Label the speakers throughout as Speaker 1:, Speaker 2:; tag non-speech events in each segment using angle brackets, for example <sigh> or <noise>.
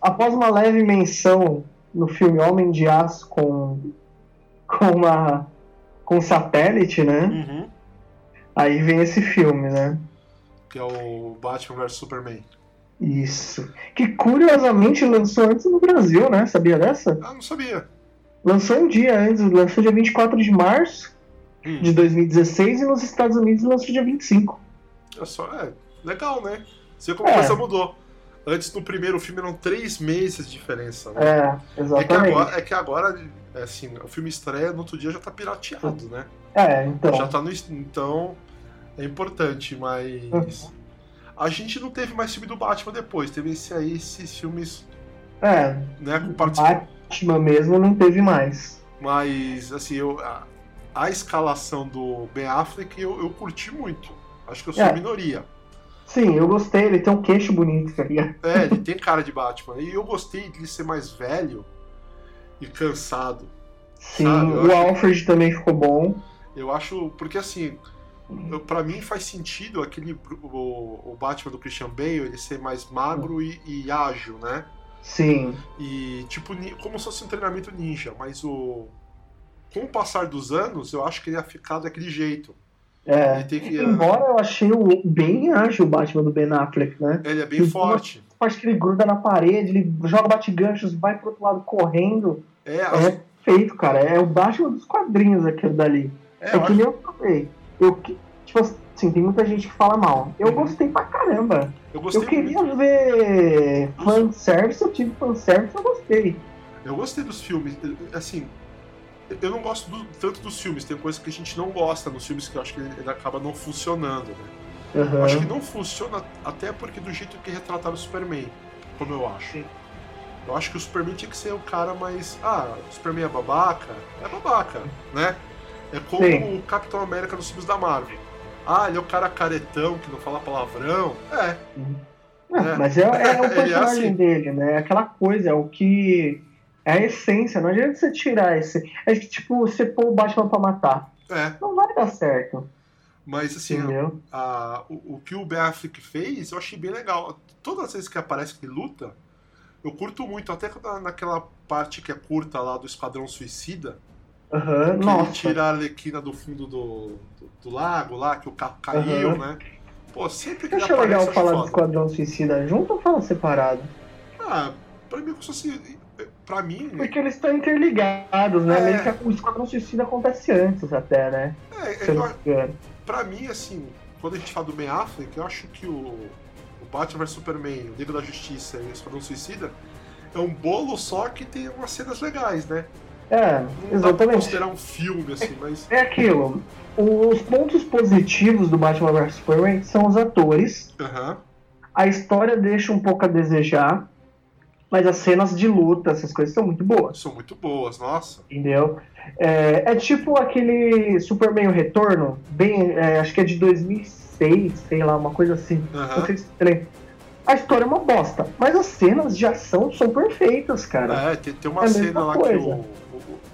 Speaker 1: após uma leve menção no filme Homem de Aço com, com uma com um satélite, né?
Speaker 2: Uhum.
Speaker 1: Aí vem esse filme, né?
Speaker 2: Que é o Batman vs Superman.
Speaker 1: Isso. Que curiosamente lançou antes no Brasil, né? Sabia dessa?
Speaker 2: Ah, não sabia.
Speaker 1: Lançou um dia antes, lançou dia 24 de março
Speaker 2: Hum.
Speaker 1: de 2016 e nos Estados Unidos lançou dia 25.
Speaker 2: É só, é, legal, né? Você como a
Speaker 1: É.
Speaker 2: coisa mudou. Antes no primeiro filme eram três meses de diferença, né?
Speaker 1: É,
Speaker 2: É que
Speaker 1: exatamente.
Speaker 2: agora, é que agora, é assim, o filme estreia, no outro dia já tá pirateado, né?
Speaker 1: É, então.
Speaker 2: Já tá no. est- Então, é importante, mas.
Speaker 1: Uhum.
Speaker 2: A gente não teve mais filme do Batman depois, teve esse aí, esses filmes,
Speaker 1: É,
Speaker 2: né, com participação.
Speaker 1: Batman mesmo não teve mais.
Speaker 2: Mas, assim, eu, a, a escalação do Ben Affleck eu, eu curti muito. Acho que eu sou
Speaker 1: É.
Speaker 2: minoria.
Speaker 1: Sim, eu gostei, ele tem um queixo bonito, tá ligado?
Speaker 2: É, ele tem cara de Batman. E eu gostei de ele ser mais velho e cansado.
Speaker 1: Sim,
Speaker 2: Ah,
Speaker 1: o
Speaker 2: eu acho-
Speaker 1: Alfred também ficou bom.
Speaker 2: Eu acho. Porque assim. eu- Pra mim faz sentido aquele o, o Batman do Christian Bale ele ser mais magro e, e ágil, né?
Speaker 1: Sim,
Speaker 2: E tipo ni- como se fosse um treinamento ninja, mas o com o passar dos anos eu acho que ele ia ficar daquele jeito.
Speaker 1: é.
Speaker 2: Ele tem que
Speaker 1: Embora eu achei o bem ágil o Batman do Ben Affleck, né?
Speaker 2: ele é bem forte.
Speaker 1: A parte que ele gruda na parede, ele joga bate-ganchos, vai pro outro lado correndo.
Speaker 2: É,
Speaker 1: É feito, cara. É o Batman dos quadrinhos aquele dali.
Speaker 2: é,
Speaker 1: É,
Speaker 2: eu
Speaker 1: que
Speaker 2: acho-
Speaker 1: nem eu falei. Eu, que- tipo assim, tem muita gente que fala mal. Eu
Speaker 2: Uhum.
Speaker 1: gostei pra caramba.
Speaker 2: eu gostei
Speaker 1: Eu queria
Speaker 2: muito.
Speaker 1: ver fanservice, eu tive fanservice, eu gostei.
Speaker 2: Eu gostei dos filmes. Eu- Assim, eu não gosto do- tanto dos filmes. Tem coisa que a gente não gosta nos filmes que eu acho que ele, ele acaba não funcionando. Né? Eu Acho que
Speaker 1: Aham.
Speaker 2: não funciona até porque do jeito que retrataram o Superman, como eu acho.
Speaker 1: Sim.
Speaker 2: Eu acho que o Superman tinha que ser o cara mais. Ah, o Superman é babaca? É babaca, né? É como
Speaker 1: Sim.
Speaker 2: o Capitão América nos filmes da Marvel. Ah, ele é o cara caretão que não fala palavrão. É,
Speaker 1: Ah, Mas
Speaker 2: <laughs>
Speaker 1: é, é o
Speaker 2: Ele é
Speaker 1: personagem
Speaker 2: assim.
Speaker 1: dele, né? Aquela coisa, é o que. É a essência, não adianta você tirar esse. É que, tipo, você pôr o Batman pra matar.
Speaker 2: é.
Speaker 1: Não vai dar certo.
Speaker 2: Mas assim,
Speaker 1: entendeu?
Speaker 2: a- o, o que o Ben Affleck fez, eu achei bem legal. Todas as vezes que aparece que ele luta, eu curto muito, até na- naquela parte que é curta lá do Esquadrão Suicida,
Speaker 1: Aham,
Speaker 2: que ele
Speaker 1: nossa.
Speaker 2: Uhum. tira a Arlequina do fundo do, do, do lago lá, que o carro caiu,
Speaker 1: Aham.
Speaker 2: né? Pô, sempre que
Speaker 1: Você
Speaker 2: ele
Speaker 1: acha
Speaker 2: aparece,
Speaker 1: legal
Speaker 2: eu acho
Speaker 1: falar do
Speaker 2: foda.
Speaker 1: Esquadrão Suicida junto ou falar separado?
Speaker 2: Ah, pra mim é como se fosse... Pra mim,
Speaker 1: Porque eles estão interligados, né?
Speaker 2: Hum. É.
Speaker 1: Meio que o Esquadrão Suicida acontece antes até, né?
Speaker 2: é,
Speaker 1: Se eu
Speaker 2: eu
Speaker 1: não me engano.
Speaker 2: pra mim, assim, quando a gente fala do Ben Affleck, eu acho que o, o Batman vs Superman, o Liga da Justiça e o Esquadrão Suicida é um bolo só que tem umas cenas legais, né?
Speaker 1: É,
Speaker 2: Não dá pra
Speaker 1: exatamente.
Speaker 2: considerar um
Speaker 1: <laughs>
Speaker 2: filme, assim, mas.
Speaker 1: É aquilo. Os pontos positivos do Batman vs Superman são os atores.
Speaker 2: Aham.
Speaker 1: A história deixa um pouco a desejar, mas as cenas de luta, essas coisas são muito boas,
Speaker 2: São muito boas, nossa.
Speaker 1: entendeu? É, é tipo aquele Superman o Retorno, bem, é, acho que é de 2006, sei lá, uma coisa assim. Não
Speaker 2: Aham.
Speaker 1: sei se você lembra. A história é uma bosta, mas as cenas de ação são perfeitas, cara.
Speaker 2: É, tem, tem uma
Speaker 1: É a mesma
Speaker 2: cena lá que
Speaker 1: coisa.
Speaker 2: o, o,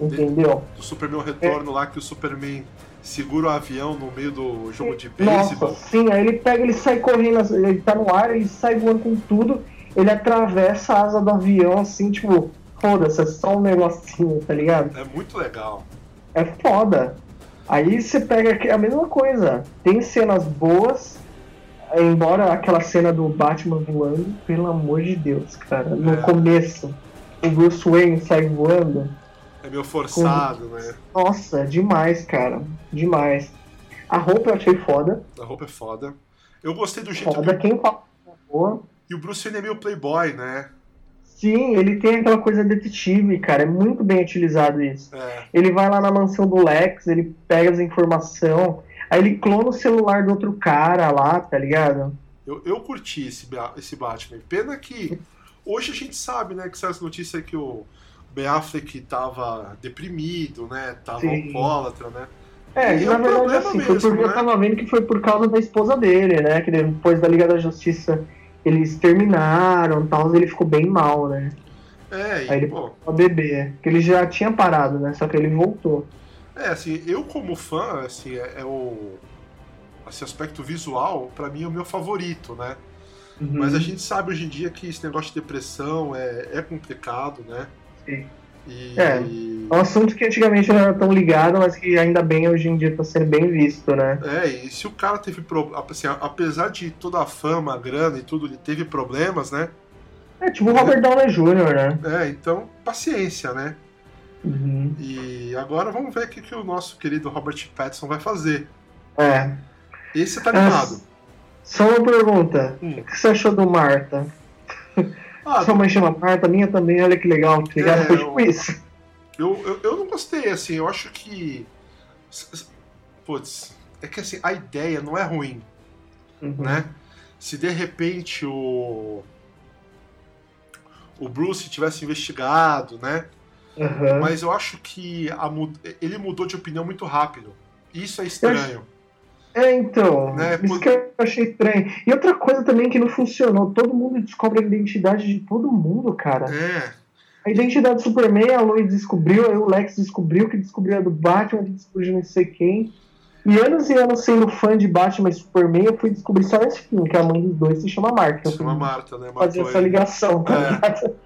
Speaker 2: o, de-
Speaker 1: Entendeu?
Speaker 2: do Superman Retorno lá, que o Superman segura o avião no meio do jogo de
Speaker 1: Nossa,
Speaker 2: beisebol.
Speaker 1: sim, aí ele pega, ele sai correndo, ele tá no ar, ele sai voando com tudo, ele atravessa a asa do avião, assim, tipo, foda-se, é só um negocinho, tá ligado?
Speaker 2: É muito legal.
Speaker 1: é foda. Aí você pega aqui- a mesma coisa. Tem cenas boas, embora aquela cena do Batman voando, pelo amor de Deus, cara. No
Speaker 2: É.
Speaker 1: começo, o Bruce Wayne sai voando.
Speaker 2: É meio forçado, né?
Speaker 1: Nossa, demais, cara. Demais. A roupa eu achei foda.
Speaker 2: A roupa é foda. Eu gostei do jeito
Speaker 1: Foda. Quem fala que é boa.
Speaker 2: E o Bruce Wayne é meio playboy, né?
Speaker 1: Sim, ele tem aquela coisa detetive, cara. É muito bem utilizado isso.
Speaker 2: É,
Speaker 1: Ele vai lá na mansão do Lex, ele pega as informações, aí ele clona o celular do outro cara lá, tá ligado?
Speaker 2: eu, eu curti esse, Ba- esse Batman. Pena que hoje a gente sabe, né, que saiu essa notícia que o Ben Affleck tava deprimido, né? Tava
Speaker 1: Sim.
Speaker 2: alcoólatra, né?
Speaker 1: É,
Speaker 2: E
Speaker 1: na
Speaker 2: um
Speaker 1: verdade,
Speaker 2: problema
Speaker 1: assim, foi
Speaker 2: mesmo,
Speaker 1: porque eu
Speaker 2: né?
Speaker 1: tava vendo que foi por causa da esposa dele, né? Que depois da Liga da Justiça eles terminaram e tal, ele ficou bem mal, né?
Speaker 2: É, e,
Speaker 1: Aí ele-
Speaker 2: pô,
Speaker 1: O bebê. Que ele já tinha parado, né? Só que ele voltou.
Speaker 2: é assim, eu como fã, assim, é, é o. Esse aspecto visual, pra mim, é o meu favorito, né?
Speaker 1: Uhum.
Speaker 2: Mas a gente sabe hoje em dia que esse negócio de depressão é, é complicado, né?
Speaker 1: Sim.
Speaker 2: E,
Speaker 1: É. É um assunto que antigamente não era tão ligado, mas que ainda bem hoje em dia tá sendo bem visto, né?
Speaker 2: É, e se o cara teve problema. Assim, apesar de toda a fama, a grana e tudo, ele teve problemas, né?
Speaker 1: É tipo o Robert Downey Jr., né?
Speaker 2: É, então, paciência, né?
Speaker 1: Uhum.
Speaker 2: E agora vamos ver o que, que o nosso querido Robert Pattinson vai fazer.
Speaker 1: É. Ah,
Speaker 2: Esse tá animado.
Speaker 1: Só uma pergunta.
Speaker 2: Hum.
Speaker 1: O que você achou do Marta?
Speaker 2: Ah,
Speaker 1: Sua mãe chama Marta, minha também, olha que legal. Tá ligado?
Speaker 2: É,
Speaker 1: Foi tipo
Speaker 2: eu-
Speaker 1: isso.
Speaker 2: eu, eu, eu não gostei, assim, eu acho que. s- s- Putz, é que assim, a ideia não é ruim,
Speaker 1: Uhum.
Speaker 2: né? Se de repente o. O Bruce tivesse investigado, né?
Speaker 1: Aham.
Speaker 2: Mas eu acho que a mu- ele mudou de opinião muito rápido. Isso é estranho.
Speaker 1: É, então.
Speaker 2: Né,
Speaker 1: Isso
Speaker 2: por-
Speaker 1: que eu achei estranho. E outra coisa também que não funcionou: todo mundo descobre a identidade de todo mundo, cara.
Speaker 2: É.
Speaker 1: A identidade do Superman, a Lois descobriu, aí o Lex descobriu, que descobriu a do Batman, que descobriu não sei quem. E anos e anos sendo fã de Batman e Superman, eu fui descobrir só nesse filme, que a mãe dos dois se chama Mark. Eu
Speaker 2: Se chama
Speaker 1: fui
Speaker 2: Marta, né?
Speaker 1: fazer
Speaker 2: Matou
Speaker 1: essa
Speaker 2: ele.
Speaker 1: ligação, tá
Speaker 2: É.
Speaker 1: ligado?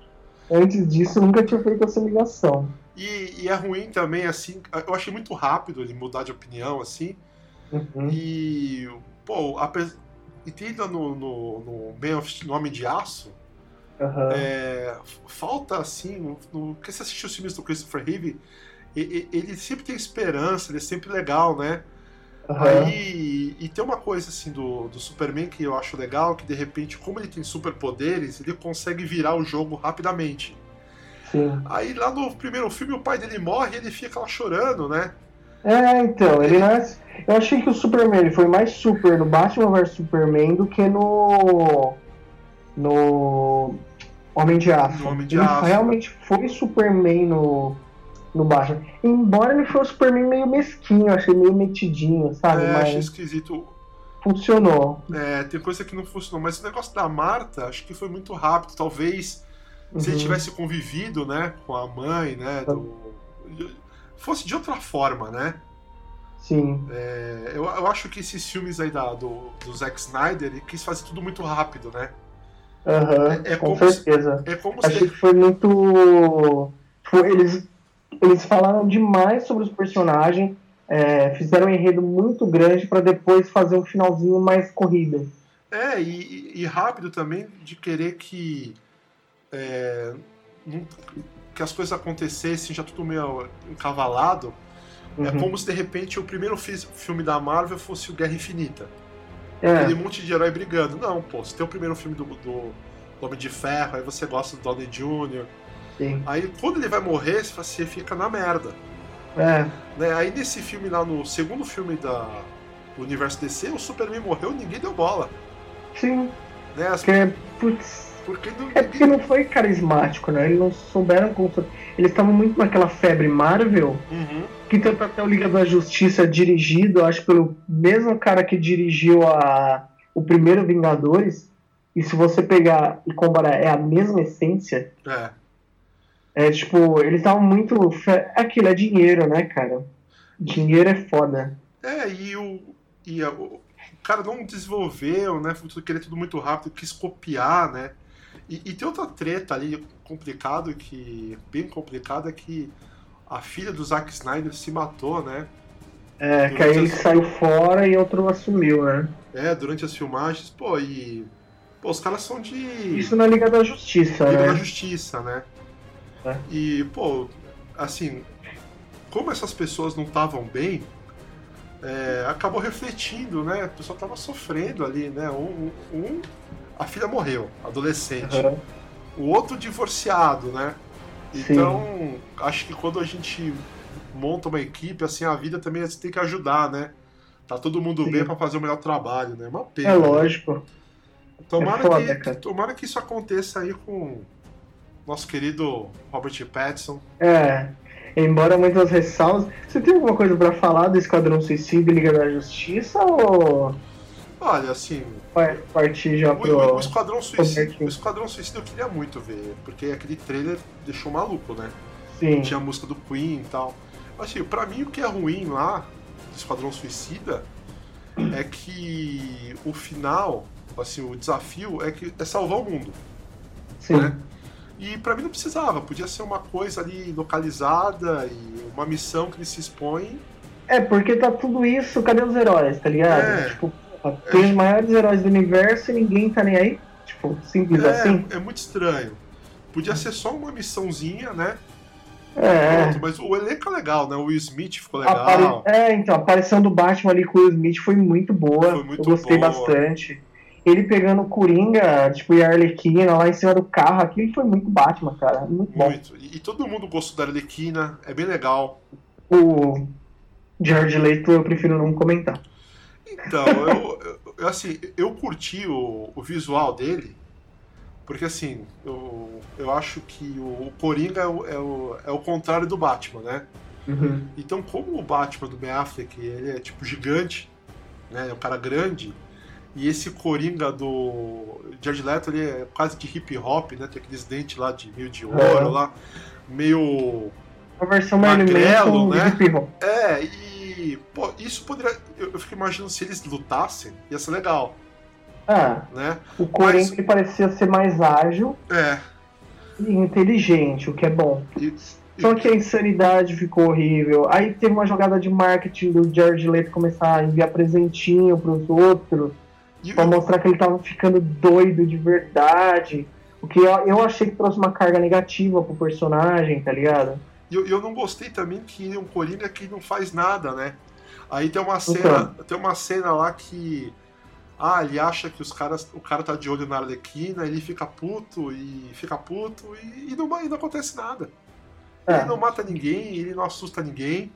Speaker 1: Antes disso, eu nunca tinha feito essa ligação.
Speaker 2: E, e é ruim também, assim. Eu achei muito rápido ele mudar de opinião, assim.
Speaker 1: Uhum.
Speaker 2: E. Pô, apes- E tem ainda no, no, no Man of Steel, no Homem de Aço,
Speaker 1: aham.
Speaker 2: é, f- falta assim, no, no, porque você assiste os filmes do Christopher Reeve, e- e- ele sempre tem esperança, ele é sempre legal, né?
Speaker 1: aham.
Speaker 2: Aí, e tem uma coisa assim do, do Superman que eu acho legal, que de repente, como ele tem superpoderes, ele consegue virar o jogo rapidamente.
Speaker 1: Sim.
Speaker 2: Aí lá no primeiro filme o pai dele morre e ele fica lá chorando, né?
Speaker 1: É, então, ele não é... Eu achei que o Superman ele foi mais super no Batman vs Superman do que no. No. Homem de Aço.
Speaker 2: No Homem de
Speaker 1: ele
Speaker 2: Aço.
Speaker 1: realmente foi Superman no. No Batman. Embora ele fosse um Superman meio mesquinho, eu achei meio metidinho, sabe?
Speaker 2: é, achei
Speaker 1: Mas
Speaker 2: esquisito.
Speaker 1: funcionou.
Speaker 2: É, tem coisa que não funcionou, mas o negócio da Marta, acho que foi muito rápido. Talvez se ele
Speaker 1: Uhum.
Speaker 2: tivesse convivido, né, com a mãe, né, do- fosse de outra forma, né?
Speaker 1: Sim.
Speaker 2: É, eu, eu acho que esses filmes aí da, do, do Zack Snyder, ele quis fazer tudo muito rápido, né?
Speaker 1: Aham,
Speaker 2: É- é
Speaker 1: com
Speaker 2: como se-
Speaker 1: certeza.
Speaker 2: É como
Speaker 1: Achei
Speaker 2: se.
Speaker 1: que foi muito. tipo, eles, eles falaram demais sobre os personagens, é, fizeram um enredo muito grande pra depois fazer um finalzinho mais corrido.
Speaker 2: É, e, e rápido também de querer que. é, não- que as coisas acontecessem já tudo meio encavalado. É
Speaker 1: Uhum.
Speaker 2: como se de repente o primeiro fi- filme da Marvel fosse o Guerra Infinita.
Speaker 1: É,
Speaker 2: Tem um monte de herói brigando. Não, pô, se tem o primeiro filme do, do Homem de Ferro, aí você gosta do Downey Jr.
Speaker 1: sim.
Speaker 2: Aí quando ele vai morrer, você fala assim, fica na merda.
Speaker 1: É,
Speaker 2: né? Aí nesse filme lá, no segundo filme da, do universo DC, o Superman morreu e ninguém deu bola.
Speaker 1: sim.
Speaker 2: Né? As-
Speaker 1: Porque, putz,
Speaker 2: Porque não,
Speaker 1: é porque não foi carismático, né? Eles não souberam como. Eles estavam muito naquela febre Marvel,
Speaker 2: Uhum.
Speaker 1: que tanto até o Liga da Justiça é dirigido, eu acho, pelo mesmo cara que dirigiu a, o primeiro Vingadores. E se você pegar e comparar, é a mesma essência.
Speaker 2: É.
Speaker 1: É tipo, eles estavam muito. fe- Aquilo é dinheiro, né, cara? Dinheiro é foda.
Speaker 2: É, e o. E a- o o cara não desenvolveu, né? Foi tudo- Queria tudo muito rápido, quis copiar, né? E, e tem outra treta ali complicado que. bem complicada, que a filha do Zack Snyder se matou, né?
Speaker 1: É, que aí ele saiu fora e outro assumiu, né?
Speaker 2: É, durante as filmagens, pô, e. Pô, os caras são de.
Speaker 1: Isso na Liga da Justiça,
Speaker 2: Liga da
Speaker 1: né?
Speaker 2: é Justiça, né?
Speaker 1: É.
Speaker 2: E, pô, assim, como essas pessoas não estavam bem, é, acabou refletindo, né? A pessoa tava sofrendo ali, né? Um, um- um- a filha morreu, adolescente.
Speaker 1: Aham.
Speaker 2: O outro divorciado, né?
Speaker 1: Sim.
Speaker 2: Então, acho que quando a gente monta uma equipe, assim, a vida também tem que ajudar, né? Tá todo mundo
Speaker 1: Sim.
Speaker 2: bem pra fazer o melhor trabalho, né? Uma pena.
Speaker 1: É
Speaker 2: né?
Speaker 1: lógico.
Speaker 2: Tomara,
Speaker 1: É foda,
Speaker 2: que,
Speaker 1: cara.
Speaker 2: tomara que isso aconteça aí com nosso querido Robert Pattinson.
Speaker 1: É. Embora muitas ressalvas. Você tem alguma coisa pra falar do Esquadrão Suicida e Liga da Justiça ou
Speaker 2: Olha, assim,
Speaker 1: vai partir já
Speaker 2: o, o-
Speaker 1: pro.
Speaker 2: o Esquadrão Suicida,
Speaker 1: Robertinho.
Speaker 2: o Esquadrão Suicida eu queria muito ver, porque aquele trailer deixou maluco, né?
Speaker 1: Sim.
Speaker 2: Tinha a música do Queen e tal. Assim, pra mim o que é ruim lá do Esquadrão Suicida é que o final Assim, o desafio é que é salvar o mundo.
Speaker 1: Sim.
Speaker 2: né? E pra mim não precisava, podia ser uma coisa ali localizada e uma missão que ele se expõe.
Speaker 1: É, porque tá tudo isso, cadê os heróis, tá ligado?
Speaker 2: É.
Speaker 1: Tipo, porra, tem os maiores heróis do universo e ninguém tá nem aí. Tipo, simples assim.
Speaker 2: É, é muito estranho. Podia ser só uma missãozinha, né?
Speaker 1: É.
Speaker 2: Pronto, mas o elenco é legal, né? O Will Smith ficou
Speaker 1: Apare-
Speaker 2: legal.
Speaker 1: É, então, a aparição do Batman ali com o Will Smith foi muito boa.
Speaker 2: Foi muito
Speaker 1: eu gostei
Speaker 2: boa.
Speaker 1: bastante. Ele pegando o Coringa, tipo, e a Arlequina lá em cima do carro, aquilo foi muito Batman, cara. Muito bom.
Speaker 2: Muito. E, e todo mundo gostou da Arlequina, é bem legal.
Speaker 1: O George Leto eu prefiro não comentar.
Speaker 2: Então, eu, eu- assim, eu curti o, o visual dele, porque assim, eu, eu acho que o, o Coringa é o, é, o, é o contrário do Batman, né? Então, como o Batman do Ben Affleck, ele é tipo gigante, né? É um cara grande. E esse Coringa do Jared Leto, ele é quase de hip hop, né? Tem aqueles dentes lá de meio de ouro
Speaker 1: É.
Speaker 2: lá, meio
Speaker 1: A versão um Marilyn
Speaker 2: Magrelo,
Speaker 1: Manson
Speaker 2: né?
Speaker 1: hip hop.
Speaker 2: É, e. Pô, isso poderia. Eu, eu fico imaginando se eles lutassem, ia ser legal,
Speaker 1: Ah,
Speaker 2: né?
Speaker 1: o Coringa
Speaker 2: Mas-
Speaker 1: ele parecia ser mais ágil
Speaker 2: É.
Speaker 1: e inteligente, o que é bom.
Speaker 2: e-
Speaker 1: Só que a insanidade ficou horrível. Aí teve uma jogada de marketing do George Leto começar a enviar presentinho pros outros,
Speaker 2: e-
Speaker 1: pra mostrar que ele tava ficando doido de verdade. O que eu, eu achei que trouxe uma carga negativa pro personagem, tá ligado?
Speaker 2: e eu, eu não gostei também que ele é um Coringa que não faz nada, né? Aí tem uma
Speaker 1: Então.
Speaker 2: cena. Tem uma cena lá que. Ah, ele acha que os caras, o cara tá de olho na Arlequina, ele fica puto e fica puto e, e não, e não acontece nada.
Speaker 1: É,
Speaker 2: Ele não mata ninguém, ele não assusta ninguém.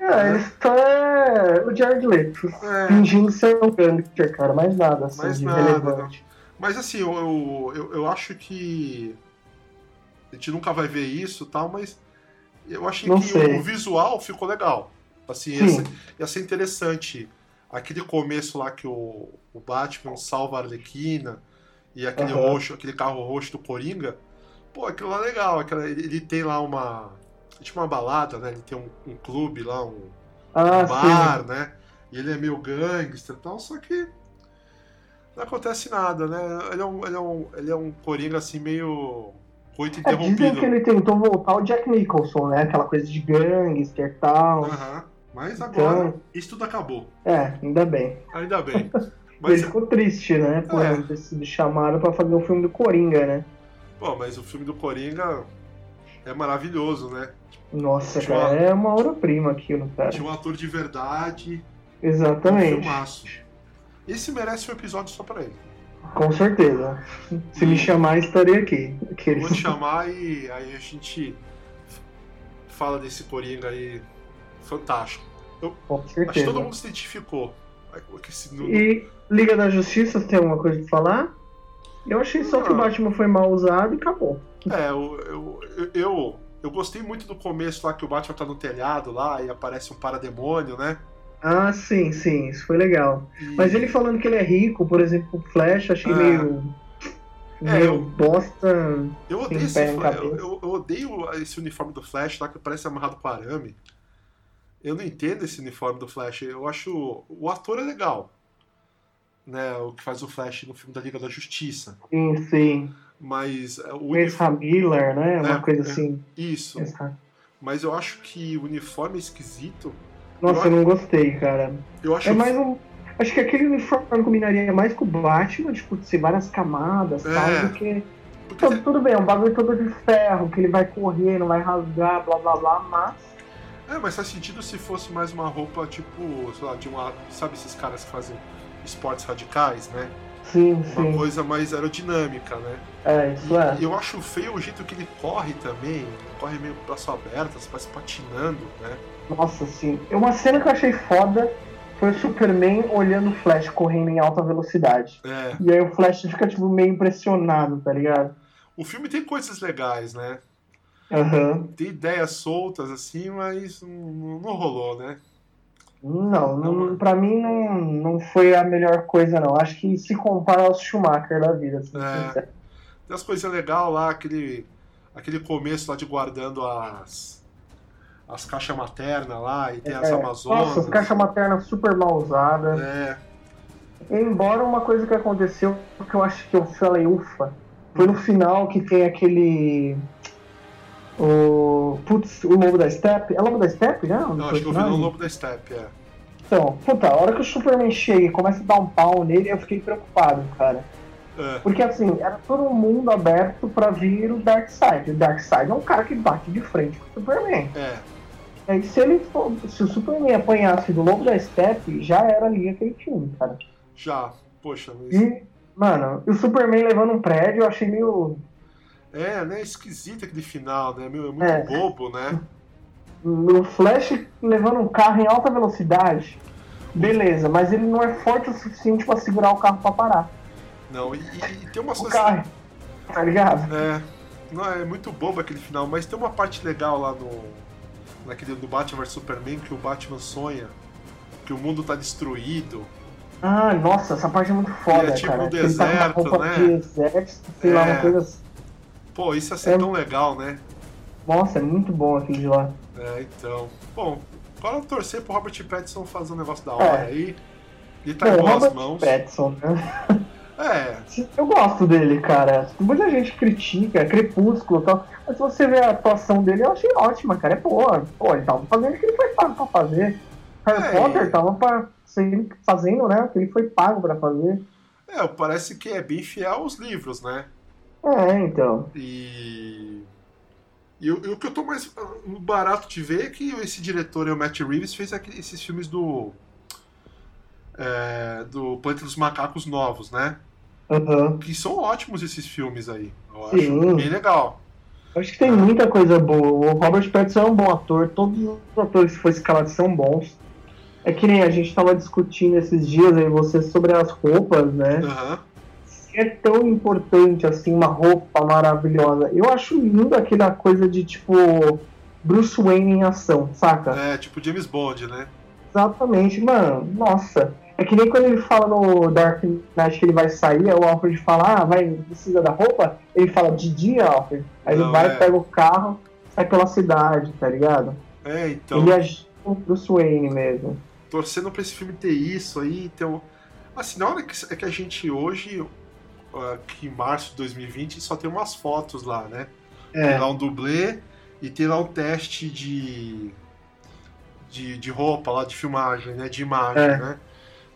Speaker 1: é ele só é o George Leto.
Speaker 2: É,
Speaker 1: Fingindo ser um gangster, cara, mais nada, assim,
Speaker 2: Mais
Speaker 1: de
Speaker 2: nada,
Speaker 1: relevante.
Speaker 2: Mas assim, eu, eu, eu, eu acho que. A gente nunca vai ver isso e tal, mas eu achei
Speaker 1: Não
Speaker 2: que
Speaker 1: sei.
Speaker 2: o, visual ficou legal. Assim, ia
Speaker 1: Sim.
Speaker 2: ser, ia ser interessante. Aquele começo lá que o, o Batman salva a Arlequina e aquele
Speaker 1: Aham.
Speaker 2: roxo, aquele carro roxo do Coringa. Pô, aquilo lá é legal. Aquela, ele, ele tem lá uma. Tipo uma balada, né? Ele tem um, um clube lá, um,
Speaker 1: Ah, sim.
Speaker 2: bar, né? E ele é meio gangster e tal, só que não acontece nada, né? Ele é um, ele é um, ele é um coringa assim meio coito
Speaker 1: É, dizem
Speaker 2: interrompido.
Speaker 1: que ele tentou voltar ao Jack Nicholson, né? Aquela coisa de gangster e tal.
Speaker 2: Aham. Mas agora,
Speaker 1: Então-
Speaker 2: isso tudo acabou.
Speaker 1: É, ainda bem. <laughs>
Speaker 2: Ainda bem.
Speaker 1: Ele
Speaker 2: Mas,
Speaker 1: ficou triste, né? Por
Speaker 2: É.
Speaker 1: não ter sido chamado pra fazer o filme do Coringa, né?
Speaker 2: pô, mas o filme do Coringa é maravilhoso, né?
Speaker 1: Nossa,
Speaker 2: Tinha
Speaker 1: cara,
Speaker 2: uma-
Speaker 1: é uma obra-prima aquilo, cara.
Speaker 2: Tinha um ator de verdade, um
Speaker 1: Exatamente.
Speaker 2: filmaço. Esse merece um episódio só pra ele.
Speaker 1: Com certeza. Se me chamar, estarei aqui.
Speaker 2: Eu
Speaker 1: Aqueles...
Speaker 2: Vou te chamar e aí a gente fala desse Coringa aí fantástico.
Speaker 1: <laughs> Com
Speaker 2: Acho que todo
Speaker 1: certeza.
Speaker 2: mundo se identificou. Que se não-
Speaker 1: E Liga da Justiça, você tem alguma coisa pra falar? Eu achei só que o
Speaker 2: Não.
Speaker 1: Batman foi mal usado e acabou.
Speaker 2: É, eu, eu, eu- eu, eu gostei muito do começo lá que o Batman tá no telhado lá e aparece um parademônio, né?
Speaker 1: Ah, sim, sim, isso foi legal.
Speaker 2: E-
Speaker 1: Mas ele falando que ele é rico, por exemplo, o Flash, achei
Speaker 2: É.
Speaker 1: meio.
Speaker 2: É,
Speaker 1: meio
Speaker 2: eu-
Speaker 1: bosta.
Speaker 2: eu odeio
Speaker 1: tem um
Speaker 2: esse,
Speaker 1: pé no
Speaker 2: fla-
Speaker 1: cabelo.
Speaker 2: eu, eu- eu odeio esse uniforme do Flash lá que parece amarrado com arame. Eu não entendo esse uniforme do Flash. Eu acho. O ator é legal. Né, o que faz o Flash no filme da Liga da Justiça.
Speaker 1: Sim, sim.
Speaker 2: Mas é, o
Speaker 1: O
Speaker 2: uni-
Speaker 1: Ezra Miller, né? Uma
Speaker 2: É,
Speaker 1: coisa
Speaker 2: é.
Speaker 1: assim.
Speaker 2: Isso.
Speaker 1: Ezra-
Speaker 2: Mas eu acho que o uniforme é esquisito.
Speaker 1: Nossa, eu não gostei, cara.
Speaker 2: Eu acho
Speaker 1: É mais um. Acho que aquele uniforme combinaria mais com o Batman, tipo, de ser várias camadas,
Speaker 2: É.
Speaker 1: tal, do que.
Speaker 2: porque
Speaker 1: Tudo, tudo bem, é um bagulho todo de ferro, que ele vai correr, não vai rasgar, blá blá blá, mas.
Speaker 2: É, mas faz sentido se fosse mais uma roupa tipo, sei lá, de um. Sabe esses caras que fazem esportes radicais, né?
Speaker 1: Sim,
Speaker 2: Uma
Speaker 1: sim.
Speaker 2: coisa mais aerodinâmica, né?
Speaker 1: É, isso é.
Speaker 2: E eu acho feio o jeito que ele corre também. Ele corre meio braço aberto, se parece patinando, né?
Speaker 1: Nossa, sim. Uma cena que eu achei foda foi o Superman olhando o Flash correndo em alta velocidade.
Speaker 2: É.
Speaker 1: E aí o Flash fica, tipo, meio impressionado, tá ligado?
Speaker 2: O filme tem coisas legais, né?
Speaker 1: Aham.
Speaker 2: Tem ideias soltas assim, mas não, não rolou, né?
Speaker 1: Não, não, pra mim não, não foi a melhor coisa, não. Acho que se compara aos Schumacher da vida, assim,
Speaker 2: É.
Speaker 1: sincero.
Speaker 2: Tem as coisas legais lá, aquele, aquele começo lá de guardando as. As caixas maternas lá, e tem as
Speaker 1: É.
Speaker 2: Amazonas.
Speaker 1: Nossa, as caixas maternas super mal usadas.
Speaker 2: É.
Speaker 1: Embora uma coisa que aconteceu, que eu acho que eu falei, ufa, foi no final que tem aquele. O. Putz, o Lobo da Steppe. É Lobo da Steppe, né?
Speaker 2: Não, acho que eu vi no Lobo da Steppe, é.
Speaker 1: Então, puta, a hora que o Superman chega e começa a dar um pau nele, eu fiquei preocupado, cara.
Speaker 2: É.
Speaker 1: Porque assim, era todo mundo aberto pra vir o Darkseid. O Darkseid é um cara que bate de frente com o Superman.
Speaker 2: É,
Speaker 1: E Aí se ele for- se o Superman apanhasse do Lobo da Steppe, já era ali aquele filme, cara.
Speaker 2: já. Poxa, mas...
Speaker 1: E, mano, e o Superman levando um prédio, eu achei meio.
Speaker 2: É, né? Esquisito aquele final, né? Meu, é muito
Speaker 1: É.
Speaker 2: bobo, né?
Speaker 1: O Flash levando um carro em alta velocidade. Beleza, mas ele não é forte o suficiente pra segurar o carro pra parar.
Speaker 2: Não, e, e- e tem umas
Speaker 1: O
Speaker 2: coisas.
Speaker 1: carro. Tá ligado?
Speaker 2: É, não, é muito bobo aquele final, mas tem uma parte legal lá no. Naquele do Batman vs Superman que o Batman sonha que o mundo tá destruído.
Speaker 1: Ah, nossa, essa parte é muito foda,
Speaker 2: E é tipo
Speaker 1: cara.
Speaker 2: um
Speaker 1: Que ele tá com uma
Speaker 2: deserto,
Speaker 1: roupa
Speaker 2: né?
Speaker 1: de exército, sei lá,
Speaker 2: É.
Speaker 1: uma coisa assim.
Speaker 2: Pô, isso ia ser
Speaker 1: É.
Speaker 2: tão legal, né?
Speaker 1: Nossa, é muito bom aquilo de lá.
Speaker 2: É, então. Bom, agora eu torcer pro Robert Pattinson fazer um negócio da hora
Speaker 1: É.
Speaker 2: aí. Ele tá
Speaker 1: Bom,
Speaker 2: em boas
Speaker 1: Robert
Speaker 2: mãos.
Speaker 1: Pattinson, né?
Speaker 2: É,
Speaker 1: Eu gosto dele, cara. Muita gente critica, é Crepúsculo e tal. Mas se você vê a atuação dele, eu achei ótima, cara. É boa. Pô, ele tava fazendo o que ele foi pago pra fazer. Harry
Speaker 2: É,
Speaker 1: Potter
Speaker 2: e-
Speaker 1: tava pra... sem- fazendo, né? O que ele foi pago pra fazer.
Speaker 2: é, parece que é bem fiel aos livros, né?
Speaker 1: É, então.
Speaker 2: E. E o, e o que eu tô mais ah, barato de ver é que esse diretor, o Matt Reeves, fez aquele- esses filmes do. é, do Planeta dos Macacos Novos, né?
Speaker 1: Aham.
Speaker 2: Que são ótimos esses filmes aí. Eu acho
Speaker 1: Sim.
Speaker 2: bem legal.
Speaker 1: Acho que tem muita coisa boa. O Robert Pattinson é um bom ator. Todos os atores que foi escalado são bons. É que nem a gente tava discutindo esses dias aí, você sobre as roupas, né?
Speaker 2: Aham.
Speaker 1: Se é tão importante assim uma roupa maravilhosa. Eu acho lindo aquela coisa de tipo Bruce Wayne em ação, saca?
Speaker 2: É, tipo James Bond, né?
Speaker 1: Exatamente, mano. Nossa. É que nem quando ele fala no Dark Knight que ele vai sair, aí o Alfred fala, ah, vai, precisa da roupa? Ele fala, de dia, Alfred. Aí
Speaker 2: Não,
Speaker 1: ele vai,
Speaker 2: é.
Speaker 1: pega o carro, sai pela cidade, tá ligado?
Speaker 2: É, então.
Speaker 1: Ele é- agiu o Bruce Wayne mesmo.
Speaker 2: torcendo pra esse filme ter isso aí. Então, assim, na hora que, é que a gente hoje, ah, que em março de 2020, só tem umas fotos lá, né?
Speaker 1: É.
Speaker 2: Tem lá um dublê e tem lá um teste de, de, de roupa lá, de filmagem, né? De imagem,
Speaker 1: É.
Speaker 2: né?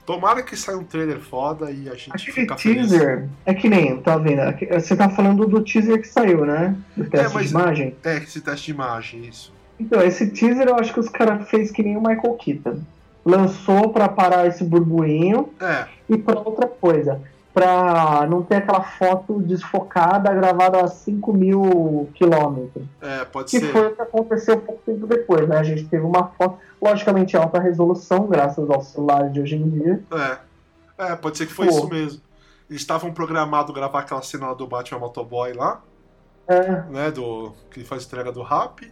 Speaker 2: Tomara que saia um trailer foda e a gente
Speaker 1: Aquele
Speaker 2: fica feliz.
Speaker 1: teaser, é que nem, tá vendo? Aqui- Você tá falando do teaser que saiu, né? Do teste
Speaker 2: mas-
Speaker 1: de imagem.
Speaker 2: É, esse teste de imagem, isso.
Speaker 1: Então, esse teaser eu acho que os caras fez que nem o Michael Keaton. Lançou pra parar esse burburinho
Speaker 2: É,
Speaker 1: e pra outra coisa. Pra não ter aquela foto desfocada gravada a 5 mil quilômetros.
Speaker 2: é, pode
Speaker 1: Que
Speaker 2: ser.
Speaker 1: foi o que aconteceu um pouco tempo depois, né? A gente teve uma foto, logicamente alta resolução, graças ao celular de hoje em dia.
Speaker 2: É. É, pode ser que foi
Speaker 1: Pô.
Speaker 2: isso mesmo. Eles estavam programados gravar aquela cena lá do Batman Motoboy lá.
Speaker 1: É.
Speaker 2: né, do que faz entrega do rap.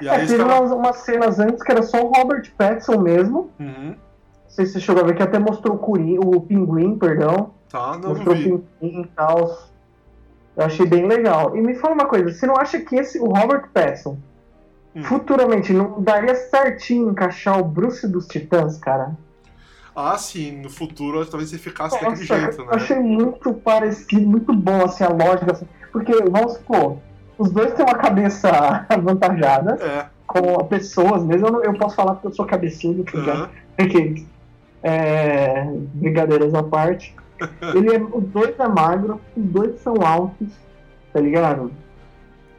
Speaker 2: E
Speaker 1: É,
Speaker 2: aí
Speaker 1: teve
Speaker 2: estava
Speaker 1: umas, umas cenas antes que era só o Robert Pattinson mesmo.
Speaker 2: uhum,
Speaker 1: Não sei se você chegou a ver que até mostrou o, Curi, o Pinguim, perdão.
Speaker 2: tá, não, não
Speaker 1: mostrou
Speaker 2: vi.
Speaker 1: o Pinguim e tal. Eu achei bem legal. E me fala uma coisa, você não acha que esse, o Robert Pattinson,
Speaker 2: Hum.
Speaker 1: futuramente, não daria certinho encaixar o Bruce dos Titãs, cara?
Speaker 2: Ah, sim, no futuro talvez ele ficasse
Speaker 1: Nossa,
Speaker 2: daquele jeito,
Speaker 1: eu
Speaker 2: né?
Speaker 1: achei muito parecido, muito bom, assim, a lógica. assim. Porque, vamos supor, os dois têm uma cabeça <laughs> avantajada,
Speaker 2: É,
Speaker 1: como pessoas mesmo. Eu, não- eu posso falar porque eu sou cabeçudo, tá ligado?
Speaker 2: aham,
Speaker 1: Ok. É, brigadeiras à
Speaker 2: <laughs>
Speaker 1: parte. Ele é, os dois é magro, os dois são altos, tá ligado?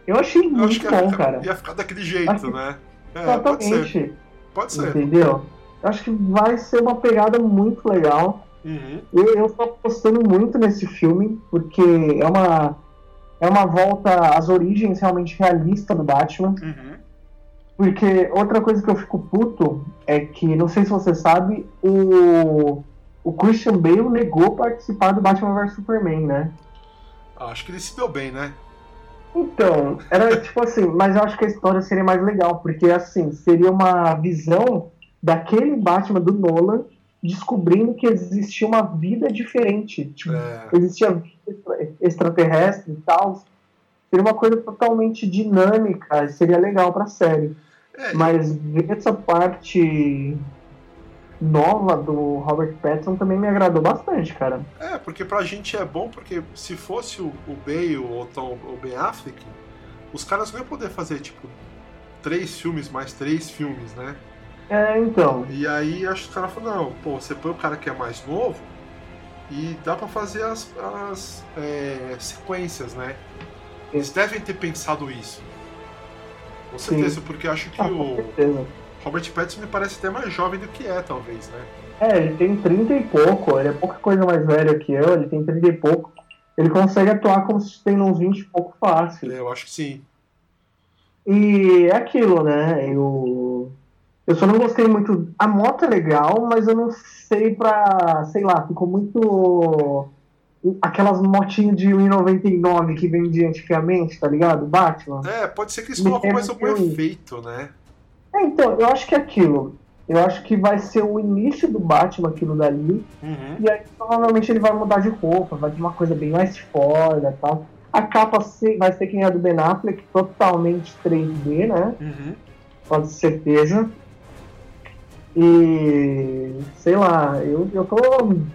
Speaker 1: Eu achei
Speaker 2: eu acho
Speaker 1: muito
Speaker 2: que ia,
Speaker 1: bom,
Speaker 2: ficar-
Speaker 1: cara.
Speaker 2: ia ficar daquele jeito,
Speaker 1: Acho que-
Speaker 2: né? É, pode ser,
Speaker 1: Exatamente,
Speaker 2: pode ser.
Speaker 1: entendeu? Eu acho que vai ser uma pegada muito legal.
Speaker 2: Uhum,
Speaker 1: Eu, eu tô apostando muito nesse filme, porque é uma, é uma volta às origens realmente realista do Batman.
Speaker 2: uhum.
Speaker 1: Porque outra coisa que eu fico puto é que, não sei se você sabe, o, o Christian Bale negou participar do Batman vs Superman, né?
Speaker 2: Acho que ele se deu bem, né?
Speaker 1: Então, era tipo assim, mas eu acho que a história seria mais legal, porque assim, seria uma visão daquele Batman do Nolan descobrindo que existia uma vida diferente. Tipo,
Speaker 2: É,
Speaker 1: existia vida extra- extraterrestre e tal. Seria uma coisa totalmente dinâmica, seria legal pra série.
Speaker 2: é,
Speaker 1: Mas ver essa parte nova do Robert Pattinson também me agradou bastante, cara.
Speaker 2: É, porque pra gente é bom, porque se fosse o, o Bale ou Tom, o Ben Affleck, os caras não iam poder fazer, tipo, três filmes mais três filmes, né?
Speaker 1: É, então.
Speaker 2: E aí acho que os caras falaram, não, pô, você põe o cara que é mais novo e dá pra fazer as, as é, sequências, né? Eles devem ter pensado isso. Com
Speaker 1: Sim.
Speaker 2: certeza, porque acho que
Speaker 1: Ah, com
Speaker 2: o
Speaker 1: certeza.
Speaker 2: Robert Pattinson me parece até mais jovem do que é, talvez, né?
Speaker 1: É, ele tem 30 e pouco, ele é pouca coisa mais velho que eu, ele tem 30 e pouco. Ele consegue atuar como se tem uns 20 e pouco fácil.
Speaker 2: Eu acho que sim.
Speaker 1: E é aquilo, né? Eu, eu só não gostei muito. A moto é legal, mas eu não sei pra. Sei lá, ficou muito. Aquelas motinhas de 1,99 que vendia antigamente, tá ligado? Batman.
Speaker 2: É, pode ser que eles
Speaker 1: Me
Speaker 2: colocam mais algum
Speaker 1: pareceu isso.
Speaker 2: efeito, né?
Speaker 1: É, então, eu acho que é aquilo. Eu acho que vai ser o início do Batman, aquilo dali.
Speaker 2: Uhum.
Speaker 1: E aí provavelmente ele vai mudar de roupa, vai ter uma coisa bem mais foda e tal. A capa se- vai ser quem é do Ben Affleck, totalmente 3D, né?
Speaker 2: Uhum.
Speaker 1: Com certeza. E sei lá, eu, eu tô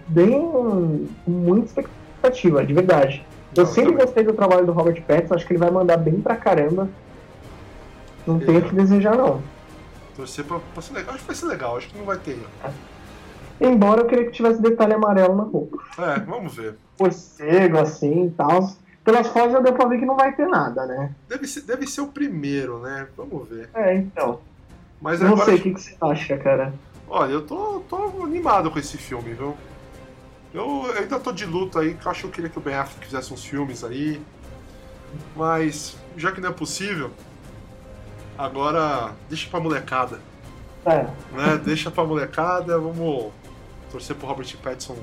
Speaker 1: bem com muita expectativa, de verdade. Eu
Speaker 2: Não,
Speaker 1: sempre
Speaker 2: também.
Speaker 1: gostei do trabalho do Robert Pattinson, acho que ele vai mandar bem pra caramba. Não
Speaker 2: Eu-
Speaker 1: tenho o que desejar não.
Speaker 2: Torcer pra, pra ser legal. Acho que vai ser legal, acho que não vai ter. erro.
Speaker 1: Embora eu queria que tivesse detalhe amarelo na roupa.
Speaker 2: É, vamos ver.
Speaker 1: Morcego, assim e tal. Pelas fotos já deu pra ver que não vai ter nada, né?
Speaker 2: Deve ser, deve ser o primeiro, né? Vamos ver.
Speaker 1: É, então.
Speaker 2: Mas
Speaker 1: não
Speaker 2: agora.
Speaker 1: sei o que, que você acha, cara.
Speaker 2: Olha, eu tô, tô animado com esse filme, viu? Eu ainda tô de luta aí, que eu acho que eu queria que o Ben Affleck fizesse uns filmes aí. Mas, já que não é possível, agora deixa pra molecada,
Speaker 1: É,
Speaker 2: né? Deixa pra molecada, vamos torcer pro Robert Pattinson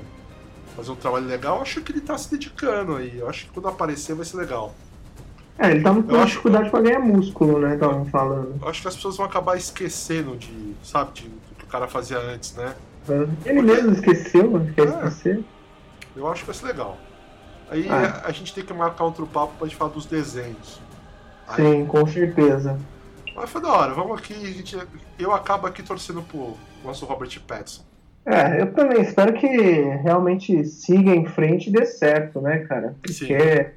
Speaker 2: fazer um trabalho legal. Eu acho que ele tá se dedicando aí, eu acho que quando aparecer vai ser legal.
Speaker 1: é ele tá muito
Speaker 2: Eu
Speaker 1: com
Speaker 2: acho-
Speaker 1: dificuldade pra ganhar músculo, né? Estavam falando.
Speaker 2: Eu acho que as pessoas vão acabar esquecendo de, sabe, de, do que o cara fazia antes, né?
Speaker 1: Ele mesmo esqueceu, mano, que ia
Speaker 2: Ah.
Speaker 1: esquecer.
Speaker 2: Eu acho que vai ser legal. Aí
Speaker 1: Ah.
Speaker 2: a, a gente tem que marcar outro papo pra gente falar dos desenhos. Aí-
Speaker 1: Sim, com certeza.
Speaker 2: Mas foi da hora, vamos aqui, a gente, eu acabo aqui torcendo pro nosso Robert Pattinson.
Speaker 1: É, eu também espero que realmente siga em frente e dê certo, né, cara?
Speaker 2: Sim.
Speaker 1: Porque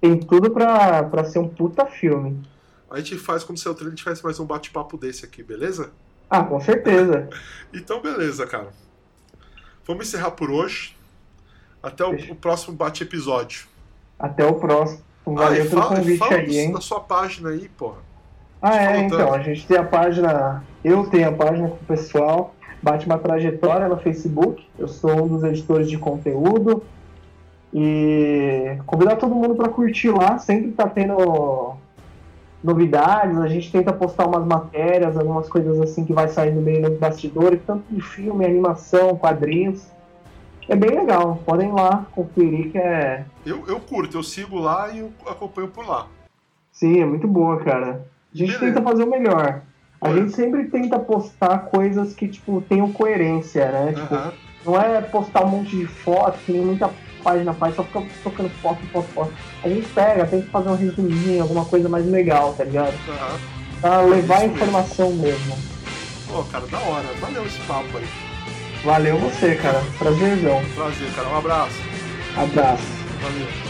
Speaker 1: tem tudo pra, pra ser um puta filme.
Speaker 2: A gente faz como seu treino, a gente faz mais um bate-papo desse aqui, beleza?
Speaker 1: Ah, com certeza.
Speaker 2: Então beleza, cara. Vamos encerrar por hoje. Até o,
Speaker 1: Fechou.
Speaker 2: o próximo bate-episódio.
Speaker 1: Até o próximo. Valeu
Speaker 2: e
Speaker 1: pelo
Speaker 2: fala,
Speaker 1: convite
Speaker 2: fala
Speaker 1: aí, hein?
Speaker 2: da sua página aí, porra.
Speaker 1: Ah, é,
Speaker 2: Faltando.
Speaker 1: então, a gente tem a página, eu tenho a página com o pessoal, bate uma trajetória no Facebook, eu sou um dos editores de conteúdo e convidar todo mundo para curtir lá, sempre tá tendo novidades, a gente tenta postar umas matérias, algumas coisas assim que vai saindo meio nos bastidores, tanto de filme, animação, quadrinhos. É bem legal, podem ir lá conferir que é,
Speaker 2: Eu, eu curto, eu sigo lá e eu acompanho por lá.
Speaker 1: sim, é muito boa, cara. A gente
Speaker 2: Beleza.
Speaker 1: tenta fazer o melhor. A
Speaker 2: Olha.
Speaker 1: gente sempre tenta postar coisas que, tipo, tenham coerência, né? Tipo,
Speaker 2: Aham.
Speaker 1: não é postar um monte de foto, que nem muita página faz, só fica tocando foto, foto, foto. A gente pega, tenta fazer um resuminho, alguma coisa mais legal, tá ligado?
Speaker 2: aham.
Speaker 1: Pra
Speaker 2: isso
Speaker 1: levar a
Speaker 2: mesmo.
Speaker 1: informação mesmo.
Speaker 2: Pô, cara, da hora. Valeu esse papo aí.
Speaker 1: Valeu você, cara. Prazerzão.
Speaker 2: Prazer, cara. Um abraço.
Speaker 1: Abraço.
Speaker 2: Valeu.